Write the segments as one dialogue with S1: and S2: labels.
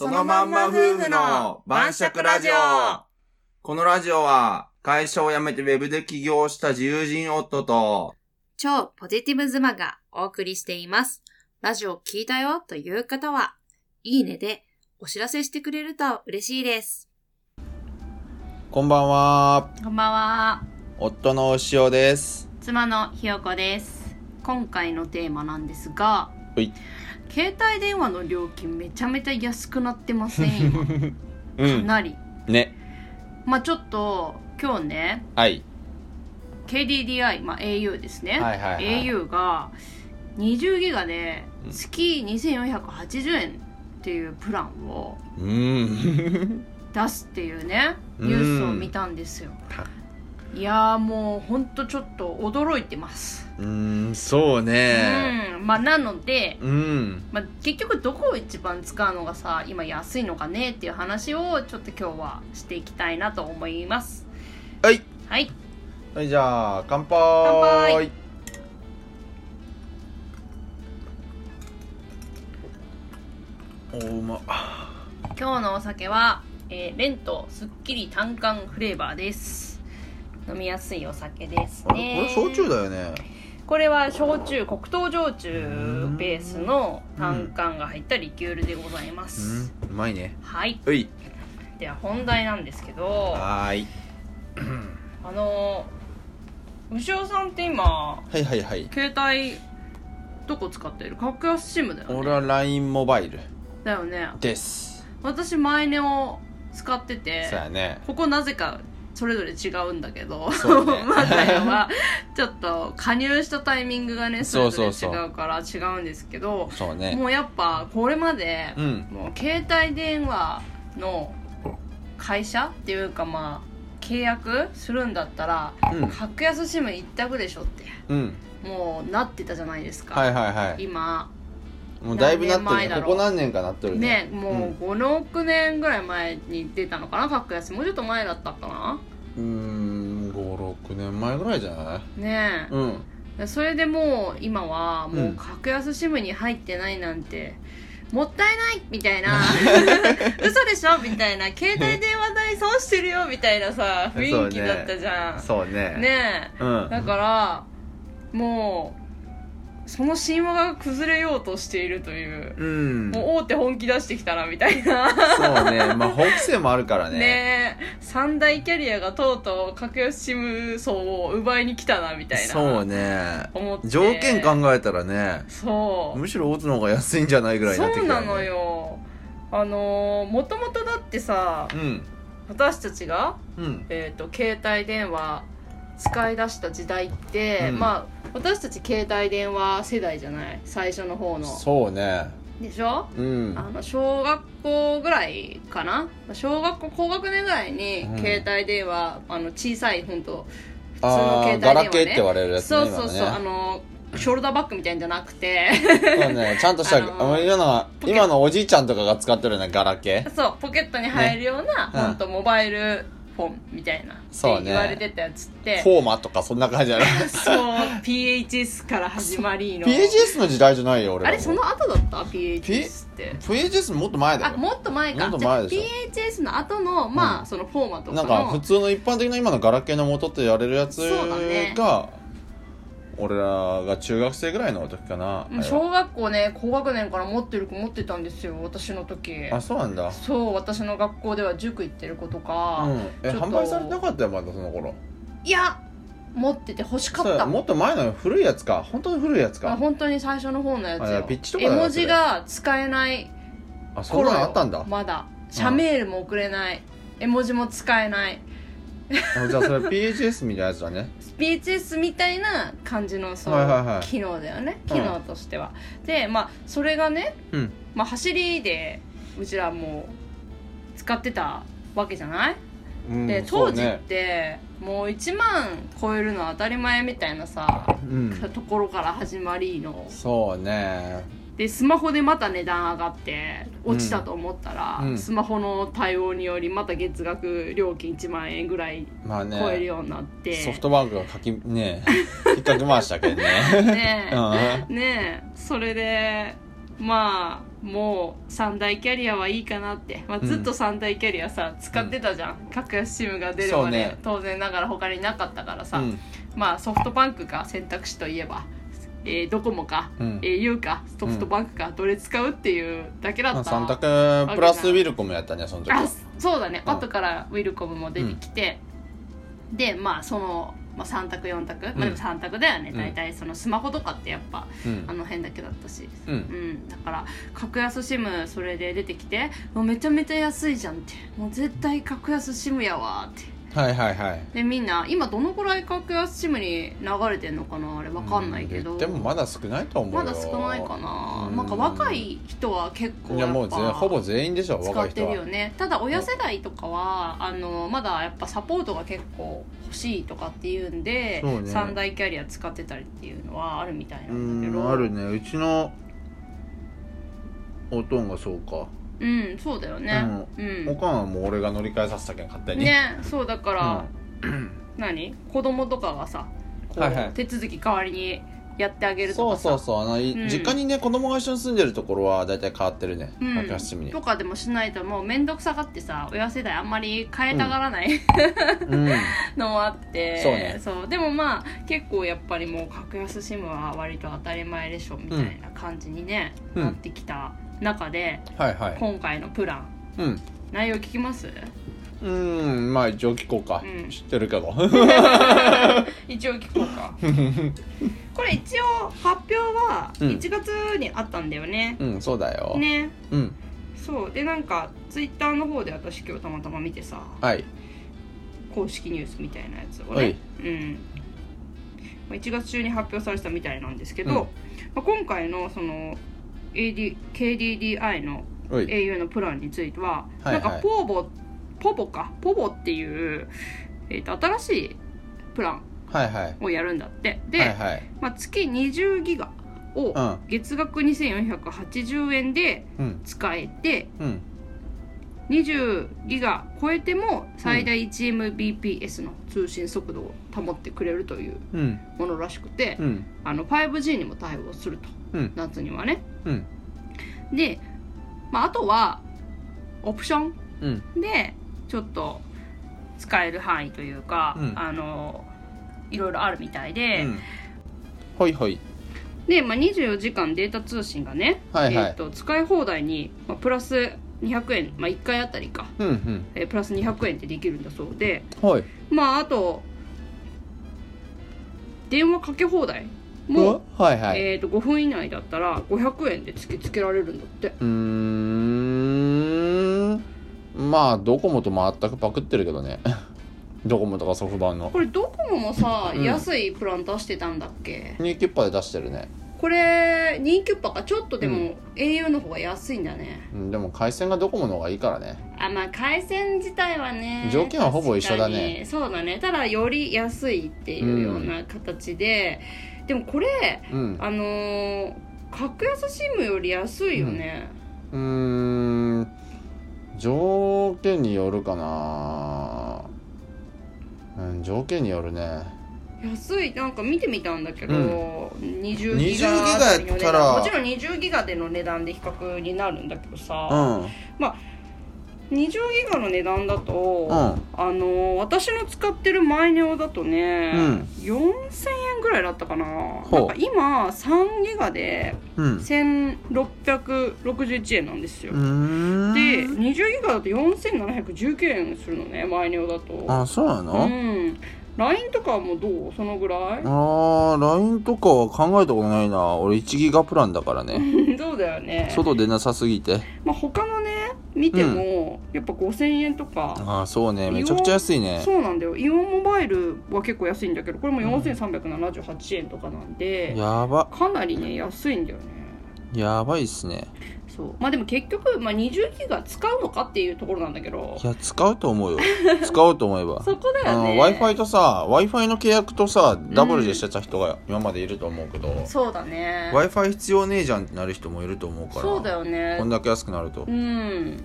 S1: のまんま夫婦の晩酌ラジオこのラジオは、会社を辞めてウェブで起業した自由人夫と、
S2: 超ポジティブ妻がお送りしています。ラジオ聞いたよという方は、いいねでお知らせしてくれると嬉しいです。
S1: こんばんは、
S2: こんばんは。
S1: 夫のおしおです。
S2: 妻のひよこです。今回のテーマなんですが、
S1: はい
S2: 携帯電話の料金めちゃめちゃ安くなってません、今。
S1: う
S2: か。なり。
S1: ね。
S2: まあちょっと、今日ね、
S1: はい。
S2: KDDI、まあ、au ですね、
S1: はいはいはい
S2: au が20ギガで
S1: うん
S2: 月2480円っていうプランを
S1: うーん。
S2: 出すっていうね
S1: うん
S2: ニュースを見たんですよ、いやーもうほんとちょっと驚いてます、
S1: うーん、そうね。
S2: うんまあなので、
S1: うん。
S2: まあ、結局どこを一番使うのがさ今安いのかねっていう話をちょっと今日はしていきたいなと思います
S1: はい。
S2: はい
S1: はい、じゃあ、乾杯。
S2: 乾杯
S1: おうま。
S2: 今日のお酒は、えーレントすっきり単管フレーバーです飲みやすいお酒です
S1: あ
S2: ね
S1: れ、これ焼酎だよね。
S2: これは焼酎黒糖焼酎ベースの単管が入ったリキュールでございます、
S1: うん、うまいね。
S2: はい
S1: おい。
S2: では本題なんですけどあ
S1: はーい。
S2: の牛尾さんって今
S1: はいはいはい。
S2: 携帯どこ使ってる格安 SIM だよ
S1: 俺
S2: ね
S1: は LINE モバイル
S2: だよね
S1: です。
S2: 私マイネを使ってて
S1: そうやね。
S2: ここなぜかそれぞれ違うんだけど、
S1: そう ね
S2: マサヤはちょっと加入したタイミングがねそ
S1: そ
S2: れ
S1: う
S2: ぞ
S1: そ
S2: れ
S1: うそう
S2: 違うから違うんですけど
S1: そうね。
S2: もうやっぱこれまで
S1: う、ん。
S2: もう携帯電話の会社っていうかまあ契約するんだったら
S1: うん。
S2: 格安 SIM 一択でしょって
S1: うん。
S2: もうなってたじゃないですか、
S1: はいはいはい。
S2: 今
S1: もうだいぶなっ
S2: 何
S1: て
S2: 年前
S1: る
S2: だ
S1: ね。
S2: ろう
S1: ここ何年かなってるね。
S2: ねもう56年ぐらい前に出たのかな格安もうちょっと前だったかな
S1: うーん、5、6年前ぐらいじゃない
S2: ねえ
S1: うん。
S2: それでもう今はもうんう格安 SIM に入ってないなんて、もったいないみた いな嘘でしょみたいな携帯電話代損してるよみたいなさ雰囲気だったじゃんね
S1: そうね。。う
S2: え
S1: ん。
S2: だからもうその神話が崩れようとしているという、
S1: うん。
S2: もう大手本気出してきたなみたいな
S1: そうね。まあ、法規制もあるからね。
S2: ねえ三大キャリアがとうとう格安 SIM 層を奪いに来たなみたいな
S1: そうね。
S2: 思って
S1: 条件考えたらね、
S2: そう
S1: むしろ大津の方が安いんじゃないぐらいになってき
S2: そう
S1: た、ね。
S2: なの。よあのもともとだってさ
S1: うん。
S2: 私たちが、
S1: うん。
S2: えー、と携帯電話使い出した時代って、
S1: うん
S2: まあ私たち携帯電話世代じゃない最初の方の
S1: そうね。
S2: でしょ
S1: うん。
S2: あの小学校ぐらいかな小学校高学年ぐらいに
S1: うん
S2: 携帯電話、あの小さい本当普通の
S1: ああ
S2: 携帯
S1: ー、
S2: 電
S1: ガ
S2: 話、ね、
S1: ラケーって言われるやつね。
S2: そうそうそう、
S1: 今
S2: あ
S1: ね
S2: のショルダーバッグみたいんじゃなくて
S1: そうね、ちゃんとした、
S2: あのー
S1: 今の
S2: ポケ
S1: 今のおじいちゃんとかが使ってるようなガラケー
S2: そうポケットに入るような、
S1: ね
S2: ほんとモバイルフォンみたいな
S1: そう
S2: っ
S1: ね
S2: て言われてたやつって
S1: フォーマとかそんな感じじゃない
S2: そう PHS から始まりの
S1: PHS の時代じゃないよ俺ら
S2: あ
S1: も
S2: れその後だった PHS って
S1: PHS もっと前だ
S2: あ
S1: よ
S2: もっと前か
S1: もっと前でしょ
S2: じゃあ PHS の後のまあ、
S1: うん
S2: そのフォーマとか
S1: な
S2: の
S1: んか普通の一般的な今のガラケーの元って言われるやつ
S2: そうだね
S1: が、俺らが中学生ぐらいの時かな
S2: うん小学校ね高学年から持ってる子持ってたんですよ私の時
S1: あそうなんだ
S2: そう私の学校では塾行ってる子とか、
S1: うんえ
S2: ちょっと
S1: 販売されてなかったよまだその頃
S2: いや持ってて欲しかっ
S1: そ
S2: た
S1: うもっと前の古いやつか本当に古いやつ
S2: あ
S1: か
S2: 本当に最初の方のやつ
S1: あいや
S2: よ
S1: ピッチとか
S2: 絵
S1: だよ
S2: 文字が使えない
S1: あそん
S2: 頃
S1: な
S2: よ
S1: のあったんだ、
S2: まだ社メールも送れない絵文字も使えない
S1: あじゃあそれ PHS みたいなやつだね
S2: PHS みたいな感じのそう、
S1: はいはいはい
S2: 機能だよね
S1: うん
S2: 機能としては、でまあそれがね、
S1: うん
S2: まあ、走りでうちらもう使ってたわけじゃない、
S1: うん
S2: で
S1: そ
S2: 当
S1: う
S2: 時っ
S1: ね
S2: てもう1万超えるのは当たり前みたいなさ、
S1: うん
S2: ところから始まりの
S1: そうね
S2: でスマホでまた値段上がって落ちたと思ったら、
S1: うんうん
S2: スマホの対応によりまた月額料金1万円ぐらい
S1: まあね
S2: 超えるようになって、
S1: ソフトバンクがかきねえ 引っかけ回したけんね
S2: ね
S1: うん
S2: えねえそれでまあもう三大キャリアはいいかなって、まあ、ずっと三大キャリアさ、使ってたじゃん格安 SIM が出る
S1: そ
S2: ま
S1: う
S2: で、
S1: ね
S2: 当然ながら他になかったからさ、
S1: うん
S2: まあソフトバンクか選択肢といえば、えードコモか、
S1: うん
S2: えー au かソフトバンクか、どれ使うっていうだけだ
S1: まあ
S2: った
S1: 三択プラスウィルコムやったんじゃその時は
S2: あそうだね、
S1: うん
S2: 後からウィルコムも出てきて、でまあその、まあ、3択4択、まあ、でも3択だよね、
S1: うん
S2: 大体そのスマホとかってやっぱ
S1: うん
S2: あの辺だけだったし、
S1: う
S2: うんん、だから格安 SIM それで出てきてもうめちゃめちゃ安いじゃんってもう絶対格安 SIM やわって
S1: はいはいはい
S2: でみんな今どのくらい格安 SIM に流れてんのかなあれわかんないけど、
S1: でもまだ少ないと思うよ
S2: まだ少ないかな、
S1: うん
S2: なんか若い人は結構
S1: いやもう全
S2: やっぱ
S1: ほぼ全員でしょ
S2: 使
S1: 若
S2: っ
S1: い
S2: て
S1: 人
S2: る
S1: は
S2: よねただ親世代とかはあのまだやっぱサポートが結構欲しいとかっていうんで、
S1: そうね
S2: 三大キャリア使ってたりっていうのはあるみたいな
S1: うん
S2: だけ
S1: ん
S2: ど
S1: あるねうちのおとんがそうか、
S2: うんそうだよねう
S1: お
S2: ん、
S1: かんはもう俺が乗り換えさせたけん勝手に、
S2: ねそうだから、
S1: うん
S2: 何子供とかがさこう、
S1: はいはい
S2: 手続き代わりにやってあげると
S1: そ
S2: か
S1: う
S2: さ
S1: そうそうあの、い
S2: うん
S1: 実家にね子供が一緒に住んでるところは大体変わってるね
S2: うん
S1: 格安趣味に
S2: とかでもしないともう面倒くさがってさ親世代あんまり変えたがらない、
S1: うん
S2: のもあって
S1: そうね
S2: でもまあ結構やっぱりもう格安 SIM は割と当たり前でしょみたいな感じにね、
S1: うん
S2: なってきた中で
S1: はいはい
S2: 今回のプラン
S1: うん
S2: 内容聞きます
S1: うんまあ一応聞こうか、
S2: うん
S1: 知ってる けど
S2: 一応聞こう か これ一応発表は
S1: うん
S2: 1月にあったんだよね、
S1: うんそうだよ、
S2: ね
S1: うん
S2: そうでなんかツイッターの方で私今日たまたま見てさ
S1: はい
S2: 公式ニュースみたいなやつを
S1: は
S2: ね
S1: い、
S2: うんまあ、1月中に発表されてたみたいなんですけど、
S1: うん
S2: まあ、今回のその AD KDDI の
S1: おい
S2: au のプランについては、
S1: はいはい
S2: なんかポーボポボかポボっていう、えー、と新しいプラン
S1: はいはい
S2: をやるんだってで、
S1: はいはい
S2: まあ、月20ギガを
S1: うん
S2: 月額2480円で
S1: うん
S2: 使えて
S1: うん
S2: 20ギガ超えても最大 1Mbps の通信速度を保ってくれるという
S1: うん
S2: ものらしくて、
S1: うん
S2: あの 5G にも対応すると
S1: うん
S2: 夏にはね
S1: うん
S2: で、まあ、あとはオプション
S1: うん
S2: でちょっと使える範囲というか、
S1: うん
S2: あのいろいろあるみたいで、
S1: うんほいほい
S2: で、まあ、24時間データ通信がね、
S1: はいはい
S2: えー、と使い放題に、まあ、プラス200円、まあ、1回あたりか、
S1: うんうん
S2: えープラス200円ってできるんだそうで
S1: はい
S2: まああと電話かけ放題も
S1: おはいはい、
S2: えー、と5分以内だったら500円で突きつけられるんだって
S1: うーんまあドコモと全くパクってるけどねドコモとかソフトバンクの
S2: これドコモもさ、
S1: うん
S2: 安いプラン出してたんだっけ
S1: ニューキュッパで出してるね、
S2: これ2キュッパかちょっとで
S1: う
S2: も au の方が安いんだね、
S1: うん、でも回線がドコモの方がいいからね
S2: あまあ回線自体はね
S1: 条件はほぼ一緒だね
S2: 確かにそうだねただより安いっていうような形で、でもこれ
S1: うん
S2: あのー格安 SIM より安いよね、
S1: うーん条件によるかなうん条件によるね
S2: 安いなんか見てみたんだけど、
S1: う
S2: 20ギガあたりの
S1: 20ギガやっ
S2: 値
S1: た
S2: 段
S1: ら
S2: もちろん20ギガでの値段で比較になるんだけど
S1: う
S2: さ、
S1: んうん
S2: 20ギガの値段だと、あ
S1: は
S2: のー私の使ってるマイネオだとね、
S1: うん
S2: 4000円ぐらいだったかな
S1: ほ
S2: な
S1: うん
S2: か今3ギガで
S1: うん
S2: 1661円なんですよ、
S1: うーん
S2: で20ギガだと4719円するのねマイネオだと
S1: あそうな
S2: う
S1: の、
S2: ん LINE とかはもうどうそのぐらい
S1: ああ LINE とかは考えたことないな俺1ギガプランだからね
S2: そうだよね、
S1: 外出なさすぎて
S2: まあ、他のね見ても、やっぱ5000円とか、
S1: ああそうねめちゃくちゃ安いね
S2: そうなんだよイオンモバイルは結構安いんだけどこれも4378円とかなんで、
S1: やば
S2: かなりね安いんだよね
S1: やばいっすね
S2: そうまあでも結局、まあ、20ギガ使うのかっていうところなんだけど
S1: いや使うと思う よ使うと思えば
S2: そこだ
S1: あ
S2: よ
S1: の
S2: ね
S1: w i f i とさ w i f i の契約とさダブルでしてた人が今までいると思うけど、w
S2: そうだね
S1: i f i 必要ねえじゃんってなる人もいると思うから
S2: そうだよね
S1: こんだけ安くなると
S2: うん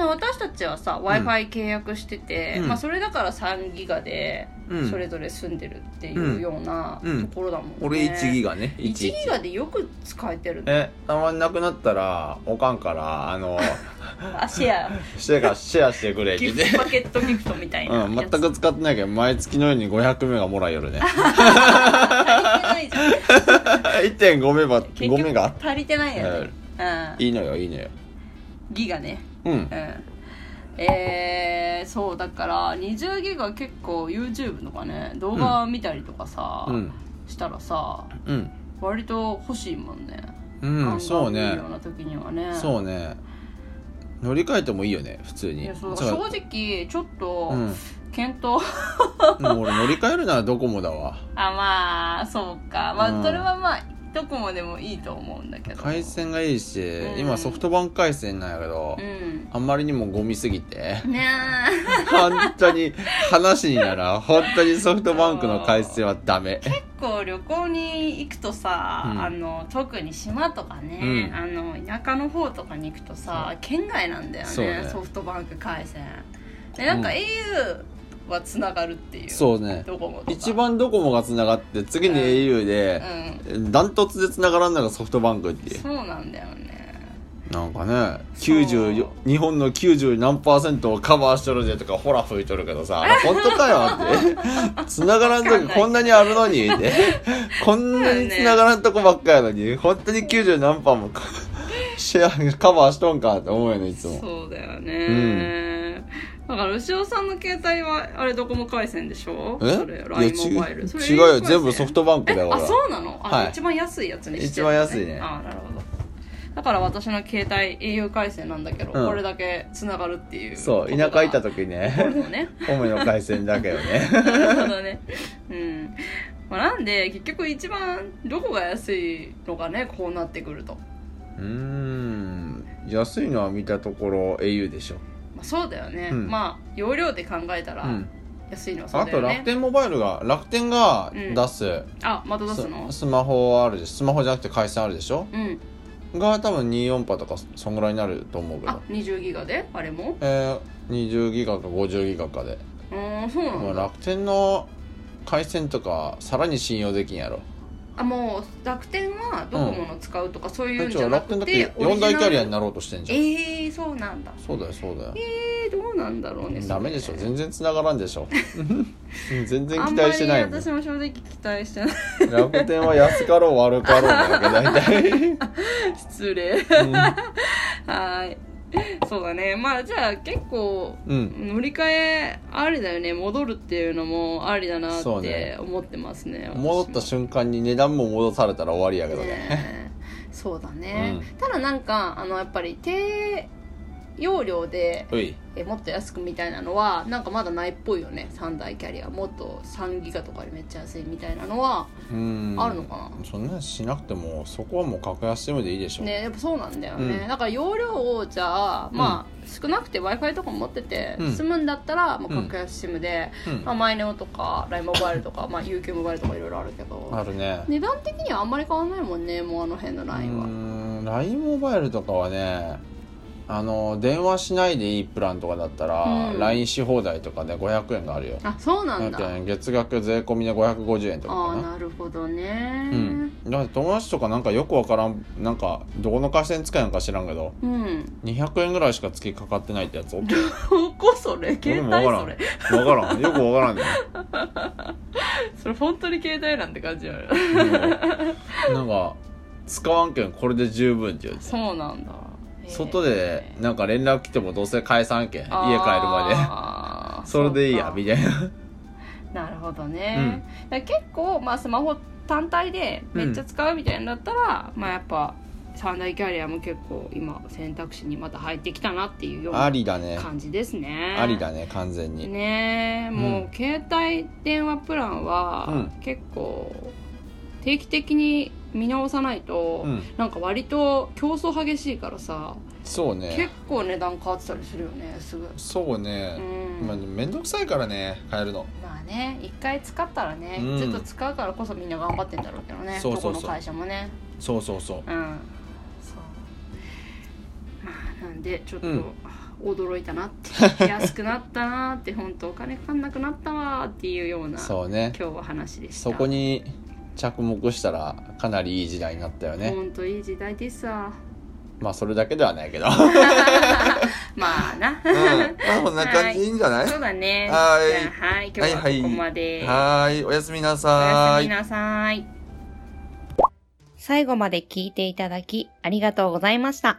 S2: 私たちはさ w i f i 契約してて、
S3: うん
S2: まあ、それだから3ギガで
S3: うん
S2: それぞれ住んでるっていうような
S3: うんうん
S2: ところだもんね、
S3: 俺1ギ
S2: ガ
S3: ガね
S2: 1ギガでよく使えてるね
S1: えたまになくなったらおかんからあ の
S2: あシェア
S1: シェアシェアしてくれって
S2: ギ
S1: 言っ
S2: フト
S1: て
S2: パケットギフトみたいなや
S1: う
S2: つ、
S1: ん全く使ってないけど毎月のように500メガもらえよ るね1.5
S2: 足りてないじゃん
S1: メガ
S2: 結
S1: 5メガ
S2: 局足りてないよね、うん、
S1: いいのよいいのよ
S2: ギガね
S1: うん
S2: うんえー、そうだから20ギガ結構 YouTube とかね動画見たりとかさ、
S1: うん
S2: したらさ
S1: うん
S2: 割と欲しいもんね
S1: うんそう
S2: ガンガン
S1: ね
S2: 見るような時にはね
S1: そうね乗り換えてもいいよね普通に
S2: いやそう
S1: そう
S2: 正直ちょっと
S1: うん、
S2: 検討、
S1: もう俺乗り換えるならドコモだわ
S2: あまあそうかまあ、
S1: うん
S2: それはまあどこもでもいいと思うんだけど
S1: 回線がいいし、
S2: うん
S1: 今ソフトバンク回線なんやけど、
S2: うん
S1: あんまりにもゴミすぎて
S2: ねえ
S1: 本当に話にならん本当にソフトバンクの回線はダメ
S2: 結構旅行に行くとさ、
S1: うん
S2: あの特に島とかね、
S1: うん
S2: あの田舎の方とかに行くとさ県外なんだよ
S1: そう
S2: ね
S1: ね
S2: ソフトバンク回線でなんか
S1: うん
S2: au はつながるっていう
S1: そうね
S2: ドコモとか
S1: 一番ドコモがつながって次に au
S2: う
S1: で、
S2: ん
S1: ダントツでつながらんのがソフトバンクっていう
S2: そうなんだよね
S1: なんかね
S2: そう
S1: 90日本の90何パーセントをカバーしとるぜとかほら吹いとるけどさあれ本当かよって 繋がらんとここんなにあるのにって こんなに繋がらんとこばっかやのに本当に90何パーも シェアカバーしとんかって思うよねいつも
S2: そうだよね、だから牛尾さんの携帯はあれドコモ回線でしょ
S1: え
S2: それ LINE
S1: い
S2: モ
S1: や
S2: バイル
S1: ち
S2: それ
S1: 違うよ全部ソフトバンクだよ
S2: えあ
S1: 俺は
S2: そうなのあ、
S1: はい
S2: 一番安いやつにして
S1: 一番安いね
S2: あなるほどだから私の携帯 au 回線なんだけど、
S1: うん
S2: これだけつながるっていう
S1: そう田舎行った
S2: と
S1: 時
S2: こ ろ
S1: ね
S2: だ ね
S1: ホメの回線だけどね
S2: なるほどねうん、まあ、なんで結局一番どこが安いのかねこうなってくると、
S1: う
S2: ま
S1: ーん安いのは見たところ au でしょ
S2: あ、そうだよね、
S1: うん
S2: まあ容量で考えたら
S1: うん
S2: 安いのはそう
S1: あ
S2: だよ
S1: と
S2: ね、
S1: 楽天モバイルが楽天が
S2: うん
S1: 出す、
S2: あまた出すの
S1: ススマホあるでスマホじゃなくて回線あるでしょ
S2: うん
S1: が多分24波とかそんぐらいになると思うけ
S2: あ
S1: ど
S2: 20ギガであれも
S1: えー、20ギガか50ギガかで、
S2: うーんそうな
S1: も
S2: ん
S1: う
S2: だ
S1: 楽天の回線とかさらに信用できんやろ
S2: あもう楽天はドコモの使うとかそういうん
S1: ち
S2: じゃ
S1: ょ
S2: な
S1: 楽
S2: く
S1: 天だってて4大キャリアに
S2: な
S1: なろうとしてんじゃん
S2: ええー、そうなんだ
S1: そうだよそうだよ
S2: えー、どうなんだろうね
S1: ダメでしょ
S2: それ
S1: 全然繋がらんでし ょ全然
S2: あ
S1: 期
S2: んまり
S1: 待してないもん
S2: 私も正直期待してない
S1: 楽天は安かろう悪かろうだけど大体
S2: 失礼はーいそうだねまあじゃあ結構
S1: うん
S2: 乗り換えありだよね戻るっていうのもありだなっ
S1: そう
S2: て
S1: ね
S2: 思ってますね私も
S1: 戻った瞬間に値段も戻されたら終わりやけどね
S2: ねえそうだね、
S1: う
S2: ただなんかあのやっぱり低容量で
S1: うい
S2: えもっと安くみたいなのはなんかまだないっぽいよね3大キャリアもっと3ギガとかでめっちゃ安いみたいなのは
S1: うん
S2: あるのかな、
S1: そんなんしなくてもそこはもう格安シムでいいでしょ、
S2: ねやっぱそうなんだよね、
S1: うん
S2: だから容量をじゃあまあ、少なくて w i f i とか持ってて
S1: うん
S2: 済むんだったら、もう格安 SIM で、
S1: うん
S2: まあ、マイネオとか LINE モバイルとか、まあ、UQ モバイルとかいろいろあるけど
S1: あるね
S2: 値段的にはあんまり変わんないもんねもうあの辺の
S1: う
S2: LINE は、
S1: ん LINE モバイルとかはねあの電話しないでいいプランとかだったら、
S2: うん
S1: LINE し放題とかで500円があるよ
S2: あそうなんだ
S1: だって月額税込みで550円とか
S2: あ
S1: か
S2: あ
S1: な
S2: なるほどね
S1: うん、だって友達とかなんかよくわからんなんかどこの回線使いなんか知らんけど
S2: うん、
S1: 200円ぐらいしか月かかってないってやつおっ
S2: どこそれ携
S1: 俺もわ
S2: 帯
S1: から
S2: そ
S1: ん
S2: れ
S1: 分からんよくわからんね
S2: それ本当に携帯なんて感じある
S1: うんなんか使わんけんこれで十分って言うて
S2: そうなんだ
S1: 外でなんか連絡来てもどうせ返さんけん家帰るま
S2: ま
S1: で それでいいやみたいな
S2: なるほどね、だから結構、まあ、スマホ単体でめっちゃ使うみたいなんだったら、まあやっぱ三大キャリアも結構今選択肢にまた入ってきたなっていうよう
S1: あ
S2: な
S1: りだね
S2: 感じですね
S1: ありだね完全に
S2: ねえもう携帯電話プランは結構定期的に見直さないと、
S1: うん
S2: なんか割と競争激しいからさ、
S1: そう
S2: 結
S1: ね
S2: 構値段変わってたりするよねすぐ
S1: そう
S2: う
S1: ね、
S2: ん
S1: まあ、めんどくさいからね変えるの
S2: まあね一回使ったらね、
S1: うん
S2: ずっと使うからこそみんな頑張ってんだろうけどね
S1: そうそうそう
S2: どこの会社もね
S1: そうそうそう
S2: うんそうまあなんでちょっと、
S1: うん
S2: 驚いたなって安くなったなって本当お金かかんなくなったわっていうような
S4: そうね
S2: 今日は話でした
S4: そこに着目したらかなりいい時代になったよね
S2: 本当いい時代で すわ
S4: まあそれだけではない けど
S2: まあな、
S1: うん。まあ、こんな感じでいいんじゃない
S2: そうだね
S1: はい
S2: じゃあはい今日はここまで、
S1: はーい。おやすみな
S2: お
S1: さ
S2: や
S1: ー
S2: す
S1: い
S2: み。なさい。最後まで聞いていただきありがとうございました。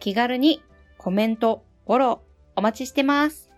S2: 気軽にコメント、フォローお待ちしてます。